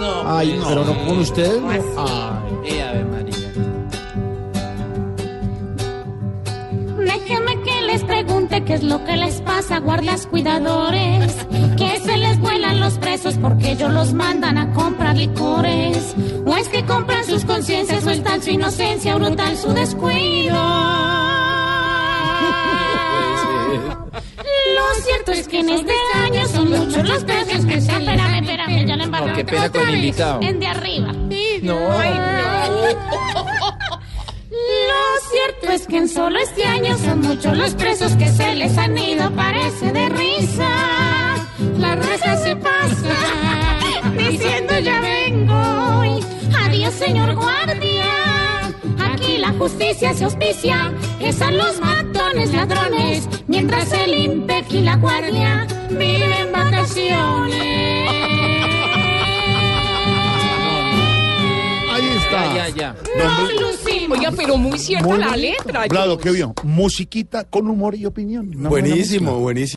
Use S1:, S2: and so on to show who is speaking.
S1: No.
S2: Ay,
S1: pues,
S2: pero no con ustedes. no.
S1: pues,
S2: Ay.
S1: Eh, Ave María.
S3: Déjenme que les pregunte qué es lo que les pasa, guardias cuidadores. Que se les vuelan los presos porque ellos los mandan a comprar licores. O es que compran sus conciencias, o es tal su inocencia, o brutal su descuido. Lo cierto es que en este año son muchos los precios que se Espérame, espérame, ya la embarré.
S1: No, Oh, qué pena con el invitado.
S3: En de arriba.
S1: No.
S3: Lo cierto es que en solo este año son muchos los presos que se les han ido, parece de risa. La reza se pasa diciendo ya vengo. y Adiós, señor guardia. Aquí la justicia se auspicia, es a los matones ladrones, mientras el INPEC y la guardia viven vacaciones.
S2: Ahí está.
S1: Ya, ya.
S3: Nos
S4: Nombre-
S3: lucimos.
S5: Oiga, pero muy cierta
S2: Muy
S5: la
S2: bien.
S5: letra. Yo
S2: Vlado, ¿qué vio? Musiquita con humor y opinión. Una buena
S4: Buenísimo,
S2: mezcla.
S4: buenísimo.